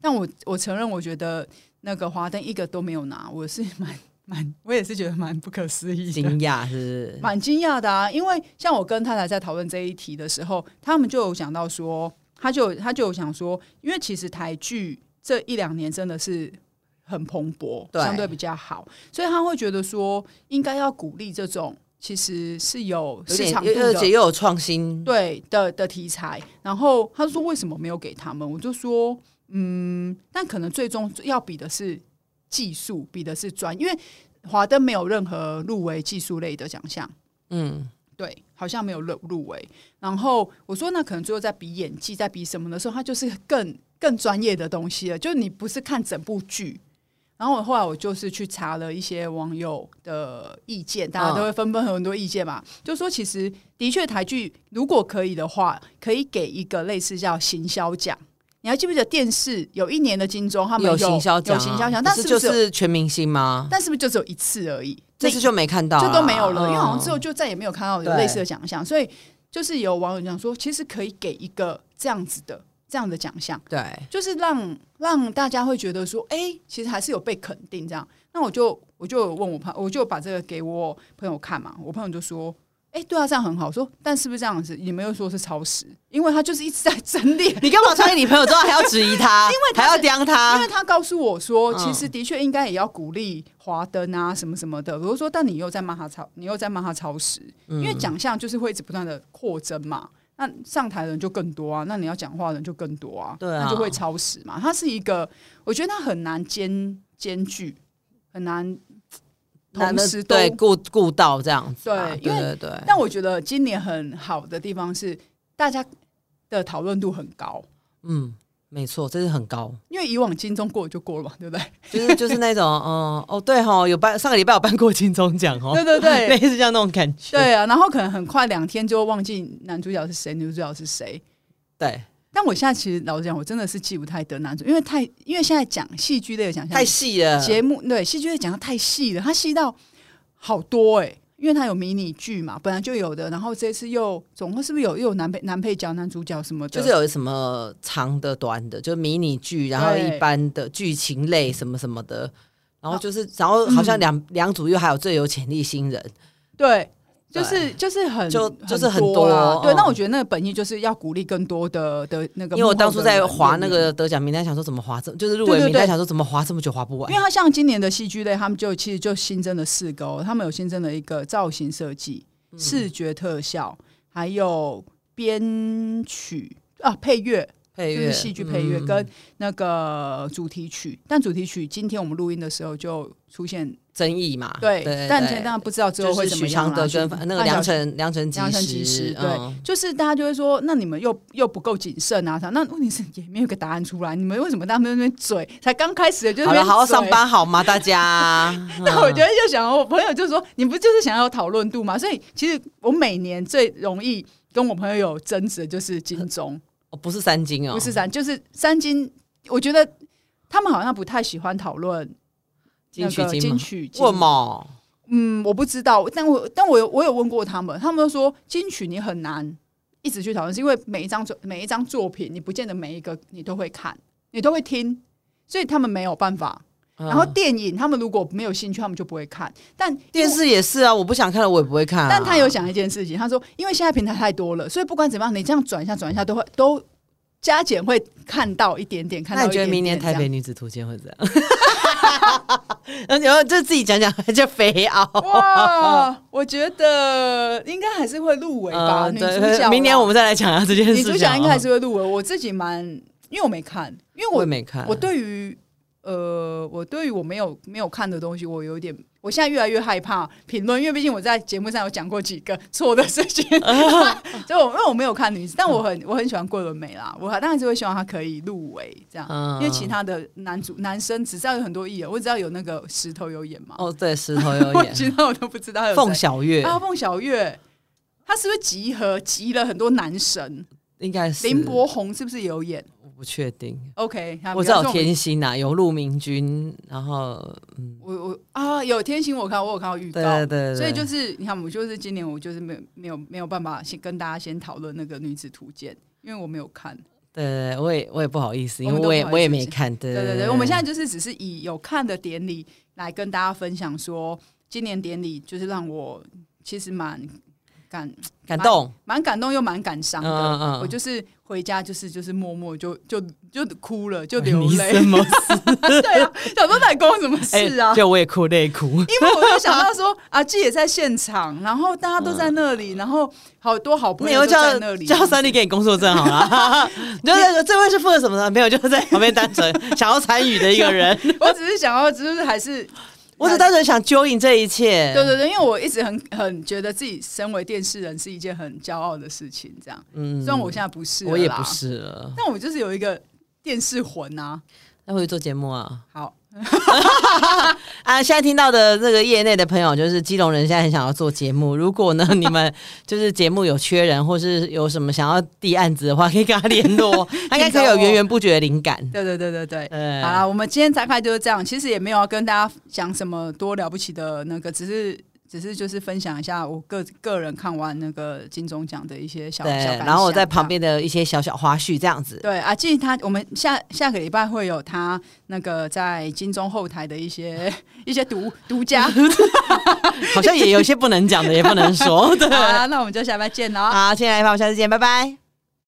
[SPEAKER 2] 但我我承认，我觉得那个华灯一个都没有拿，我是蛮蛮，我也是觉得蛮不可思议的。
[SPEAKER 1] 惊讶是不是？
[SPEAKER 2] 蛮惊讶的啊，因为像我跟太太在讨论这一题的时候，他们就有讲到说，他就他就有想说，因为其实台剧这一两年真的是很蓬勃，
[SPEAKER 1] 对
[SPEAKER 2] 相对比较好，所以他会觉得说，应该要鼓励这种其实是有
[SPEAKER 1] 有
[SPEAKER 2] 市
[SPEAKER 1] 点
[SPEAKER 2] 场，度
[SPEAKER 1] 而
[SPEAKER 2] 的
[SPEAKER 1] 且又有创新，
[SPEAKER 2] 对的的题材。然后他说为什么没有给他们？我就说嗯，但可能最终要比的是技术，比的是专，因为华灯没有任何入围技术类的奖项。
[SPEAKER 1] 嗯，
[SPEAKER 2] 对，好像没有入入围。然后我说，那可能最后在比演技，在比什么的时候，他就是更更专业的东西了。就是你不是看整部剧。然后我后来我就是去查了一些网友的意见，大家
[SPEAKER 1] 嗯
[SPEAKER 2] 都会纷纷很多意见嘛，就说其实的确台剧如果可以的话，可以给一个类似叫行销奖。你还记不记得电视有一年的金钟，他们
[SPEAKER 1] 有
[SPEAKER 2] 有
[SPEAKER 1] 行销奖啊，
[SPEAKER 2] 有行销奖，
[SPEAKER 1] 可
[SPEAKER 2] 但
[SPEAKER 1] 是
[SPEAKER 2] 是
[SPEAKER 1] 就
[SPEAKER 2] 不是有
[SPEAKER 1] 是全明星吗？
[SPEAKER 2] 但是不是就只有一次而已？
[SPEAKER 1] 这
[SPEAKER 2] 那
[SPEAKER 1] 次就没看到啊，
[SPEAKER 2] 就都没有了，因为好
[SPEAKER 1] 嗯
[SPEAKER 2] 像之后就再也没有看到有
[SPEAKER 1] 对
[SPEAKER 2] 类似的奖项，所以就是有网友讲说，其实可以给一个这样子的这样的奖项，
[SPEAKER 1] 对。
[SPEAKER 2] 就是让让大家会觉得说，哎、其实还是有被肯定这样。那我就我就有问我朋，我就把这个给我朋友看嘛，我朋友就说。哎、对啊，这样很好。我说，但是不是这样子？你们又说是超时，因为他就是一直在整理，
[SPEAKER 1] 你干嘛穿给你朋友之后还要质疑
[SPEAKER 2] *laughs*
[SPEAKER 1] 他，因为还要刁
[SPEAKER 2] 因为
[SPEAKER 1] 他？
[SPEAKER 2] 他告诉我
[SPEAKER 1] 啊
[SPEAKER 2] 说，
[SPEAKER 1] 嗯
[SPEAKER 2] 其实的确应该也要鼓励华灯啊什么什么的。比如说，但你又在骂他超，你又在骂他超时，
[SPEAKER 1] 嗯
[SPEAKER 2] 因为奖项就是会一直不断的扩增嘛。那上台的人就更多啊，那你要讲话的人就更多啊，
[SPEAKER 1] 对啊
[SPEAKER 2] 那就会超时嘛。它是一个，我觉得它很难兼兼具，很难同时都
[SPEAKER 1] 对顾顾到这样子啊，
[SPEAKER 2] 对因为
[SPEAKER 1] 对对对，
[SPEAKER 2] 但我觉得今年很好的地方是，大家的讨论度很高，
[SPEAKER 1] 嗯，没错，这是很高，
[SPEAKER 2] 因为以往金钟过就过了嘛，对不对？
[SPEAKER 1] 就是 *laughs* 就是那种，嗯，哦，对吼，有颁上个礼拜有颁过金钟奖哦，
[SPEAKER 2] *laughs* 对
[SPEAKER 1] *laughs*
[SPEAKER 2] 对对，
[SPEAKER 1] 类似像那种感觉，
[SPEAKER 2] *laughs* 对啊，然后可能很快两天就会忘记男主角是谁，女主角是谁。
[SPEAKER 1] 对，
[SPEAKER 2] 但我现在其实老实讲，我真的是记不太得男主，因为太因为现在讲戏剧类的奖项
[SPEAKER 1] 太细了，
[SPEAKER 2] 节目，对戏剧类讲的太细了，它细到好多哎、因为它有迷你剧嘛，本来就有的，然后这次又总共是不是有又有男配男配角、男主角什么的，
[SPEAKER 1] 就是有什么长的、短的，就是迷你剧，然后一
[SPEAKER 2] 对哦
[SPEAKER 1] 般的剧情类什么什么的，然后就是，然后好
[SPEAKER 2] 嗯
[SPEAKER 1] 像两两组又还有最有潜力新人，
[SPEAKER 2] 对，就是就是很
[SPEAKER 1] 就就是很
[SPEAKER 2] 很啦
[SPEAKER 1] 多
[SPEAKER 2] 对，
[SPEAKER 1] 嗯
[SPEAKER 2] 那我觉得那个本意就是要鼓励更多的的那个，
[SPEAKER 1] 因为我当初在划那。个得奖名单，想说怎么划这，就是入围
[SPEAKER 2] 对对
[SPEAKER 1] 名单，
[SPEAKER 2] 对
[SPEAKER 1] 想说怎么划这么久划不完
[SPEAKER 2] 因为。它像今年的戏剧类，他们就其实就新增了四个、哦，他们有新增了一个造型设计、
[SPEAKER 1] 嗯
[SPEAKER 2] 视觉特效，还有编曲啊配乐，
[SPEAKER 1] 配
[SPEAKER 2] 就
[SPEAKER 1] 乐
[SPEAKER 2] 是戏剧配乐、
[SPEAKER 1] 嗯
[SPEAKER 2] 跟那个主题曲。但主题曲今天我们录音的时候就出现
[SPEAKER 1] 争议嘛，
[SPEAKER 2] 对，
[SPEAKER 1] 啊对
[SPEAKER 2] 但
[SPEAKER 1] 对
[SPEAKER 2] 当然不知道之后
[SPEAKER 1] 就
[SPEAKER 2] 会
[SPEAKER 1] 是
[SPEAKER 2] 怎么
[SPEAKER 1] 许
[SPEAKER 2] 样
[SPEAKER 1] 昌
[SPEAKER 2] 啦
[SPEAKER 1] 德
[SPEAKER 2] 就
[SPEAKER 1] 跟那个
[SPEAKER 2] 半
[SPEAKER 1] 梁
[SPEAKER 2] 小时
[SPEAKER 1] 晨梁晨
[SPEAKER 2] 良辰
[SPEAKER 1] 吉
[SPEAKER 2] 吉时，对，
[SPEAKER 1] 嗯
[SPEAKER 2] 就是大家就会说，那你们又又不够谨慎啊啥？那问题是也没有个答案出来，你们为什么他们那边嘴才刚开始就
[SPEAKER 1] 好了，好好上
[SPEAKER 2] 班？
[SPEAKER 1] 班好吗？大家，
[SPEAKER 2] *laughs* 那
[SPEAKER 1] 嗯
[SPEAKER 2] 我觉得就想，我朋友就说，你不就是想要有讨论度吗？所以其实我每年最容易跟我朋友有争执的就是金钟，
[SPEAKER 1] 哦不是三金哦，
[SPEAKER 2] 不是三，就是三金。我觉得他们好像不太喜欢讨论
[SPEAKER 1] 金
[SPEAKER 2] 那
[SPEAKER 1] 曲
[SPEAKER 2] 个
[SPEAKER 1] 金
[SPEAKER 2] 金
[SPEAKER 1] 吗
[SPEAKER 2] 曲金
[SPEAKER 1] 为什么？
[SPEAKER 2] 嗯，我不知道，但我但我有我有问过他们，他们都说金曲你很难一直去讨论，是因为每一张作每一张作品，你不见得每一个你都会看，你都会听，所以他们没有办法。
[SPEAKER 1] 嗯
[SPEAKER 2] 然后电影，他们如果没有兴趣，他们就不会看。但
[SPEAKER 1] 电视也是啊，我不想看了，我也不会看啊。
[SPEAKER 2] 但他有讲一件事情，他说，因为现在平台太多了，所以不管怎么样，你这样转一下转一下，都会都加减会看到一点点，看到
[SPEAKER 1] 那
[SPEAKER 2] 一
[SPEAKER 1] 你觉
[SPEAKER 2] 点
[SPEAKER 1] 得
[SPEAKER 2] 点
[SPEAKER 1] 明年台
[SPEAKER 2] 这
[SPEAKER 1] 北
[SPEAKER 2] 样？
[SPEAKER 1] 女子图鉴会怎样？ *laughs* 然后就自己讲讲，就肥凹。
[SPEAKER 2] 哇，我觉得应该还是会入围吧，
[SPEAKER 1] 嗯
[SPEAKER 2] 女
[SPEAKER 1] 对
[SPEAKER 2] 主角。
[SPEAKER 1] 明年我们再来讲一下这哦件事
[SPEAKER 2] 女
[SPEAKER 1] 情。
[SPEAKER 2] 主角应该还是会入围，我自己蛮，因为我没看，因为
[SPEAKER 1] 哦我
[SPEAKER 2] 我
[SPEAKER 1] 也没看，
[SPEAKER 2] 我对于呃，我对于我没有没有看的东西，我有点，我现在越来越害怕评论，因为毕竟我在节目上有讲过几个 *laughs* 错的事
[SPEAKER 1] *laughs*
[SPEAKER 2] 情，所以我因为我没有看女子，但我很我很喜欢桂纶镁啦，我还当然是会希望她可以入围这样，
[SPEAKER 1] 嗯
[SPEAKER 2] 因为其他的男主男生只知道有很多艺人，我只知道有那个石头有演嘛，
[SPEAKER 1] 哦，对，石头有
[SPEAKER 2] *laughs* 我
[SPEAKER 1] 演
[SPEAKER 2] 其他我都不知道有
[SPEAKER 1] 凤
[SPEAKER 2] 谁
[SPEAKER 1] 小岳，
[SPEAKER 2] 啊凤小岳，他是不是集合集了很多男神？
[SPEAKER 1] 应该是
[SPEAKER 2] 林柏宏是不是有演？
[SPEAKER 1] 我不确定。
[SPEAKER 2] OK，
[SPEAKER 1] 我知道有
[SPEAKER 2] 种
[SPEAKER 1] 天心呐、啊，有陆明君，然后嗯，
[SPEAKER 2] 我我啊，有天行，我看我有看到预告，
[SPEAKER 1] 对对对，
[SPEAKER 2] 所以就是是你看，我们就是今年我就是没有没有没有办法先跟大家先讨论那个女子图鉴，因为我没有看。
[SPEAKER 1] 对对对，我也我也不好意思，因
[SPEAKER 2] 我
[SPEAKER 1] 为
[SPEAKER 2] 们都
[SPEAKER 1] 我也
[SPEAKER 2] 不好意思
[SPEAKER 1] 我也没看，对
[SPEAKER 2] 对对
[SPEAKER 1] 对
[SPEAKER 2] 对，我们现在就是只是以有看的典礼来跟大家分享说，今年典礼就是让我其实蛮感
[SPEAKER 1] 感动，
[SPEAKER 2] 蛮感动又蛮感伤的。
[SPEAKER 1] 嗯嗯嗯
[SPEAKER 2] 我就是回家就是就是默默就就就哭了，就
[SPEAKER 1] 哎 *laughs*
[SPEAKER 2] 流
[SPEAKER 1] 你什
[SPEAKER 2] 泪。
[SPEAKER 1] 么
[SPEAKER 2] *laughs* 对啊，想说奶公什么
[SPEAKER 1] 哎
[SPEAKER 2] 事啊？
[SPEAKER 1] 就我也哭累哭，
[SPEAKER 2] 因为我会想到说，阿季也在现场，然后大家都在那里，然后好多好朋
[SPEAKER 1] 没
[SPEAKER 2] 友
[SPEAKER 1] 有
[SPEAKER 2] 都在
[SPEAKER 1] 叫
[SPEAKER 2] 那里，
[SPEAKER 1] 叫三弟给你工作证好
[SPEAKER 2] *laughs*
[SPEAKER 1] 了，你就在说这位是负责什么的，没有就在旁边单纯想要参与的一个
[SPEAKER 2] *laughs*
[SPEAKER 1] 人，
[SPEAKER 2] 我只是想要，就是还是
[SPEAKER 1] 我只单纯想揪引这一切，
[SPEAKER 2] 对对对，因为我一直很很觉得自己身为电视人是一件很骄傲的事情，这样。
[SPEAKER 1] 嗯
[SPEAKER 2] 虽然我现在不是，啊
[SPEAKER 1] 我也不，是了，
[SPEAKER 2] 但我就是有一个电视魂啊。
[SPEAKER 1] 那回去做节目啊。
[SPEAKER 2] 好，
[SPEAKER 1] 啊，现在听到的这个业内的朋友，就是基隆人，现在很想要做节目。如果呢，你们 *laughs* 就是节目有缺人，或是有什么想要递案子的话，可以跟他联
[SPEAKER 2] *laughs*
[SPEAKER 1] 络，他应该可以有源源不绝的灵感。
[SPEAKER 2] 对对对对对。
[SPEAKER 1] 对，
[SPEAKER 2] 好啦，我们今天大概就是这样。其实也没有要跟大家讲什么多了不起的那个，只是只是就是分享一下我个个人看完那个金钟奖的一些小小
[SPEAKER 1] 对，
[SPEAKER 2] 感想
[SPEAKER 1] 然后我在
[SPEAKER 2] 这样
[SPEAKER 1] 旁边的一些小小花絮这样子。
[SPEAKER 2] 对啊，记他我们下下个礼拜会有他那个在金钟后台的一些 *laughs* 一些独独家。
[SPEAKER 1] 好像也有一些不能讲的，也不能说。对， *laughs*
[SPEAKER 2] 好啊，那我们就下班见了啊。
[SPEAKER 1] 好，亲爱的朋友，下次见，拜拜。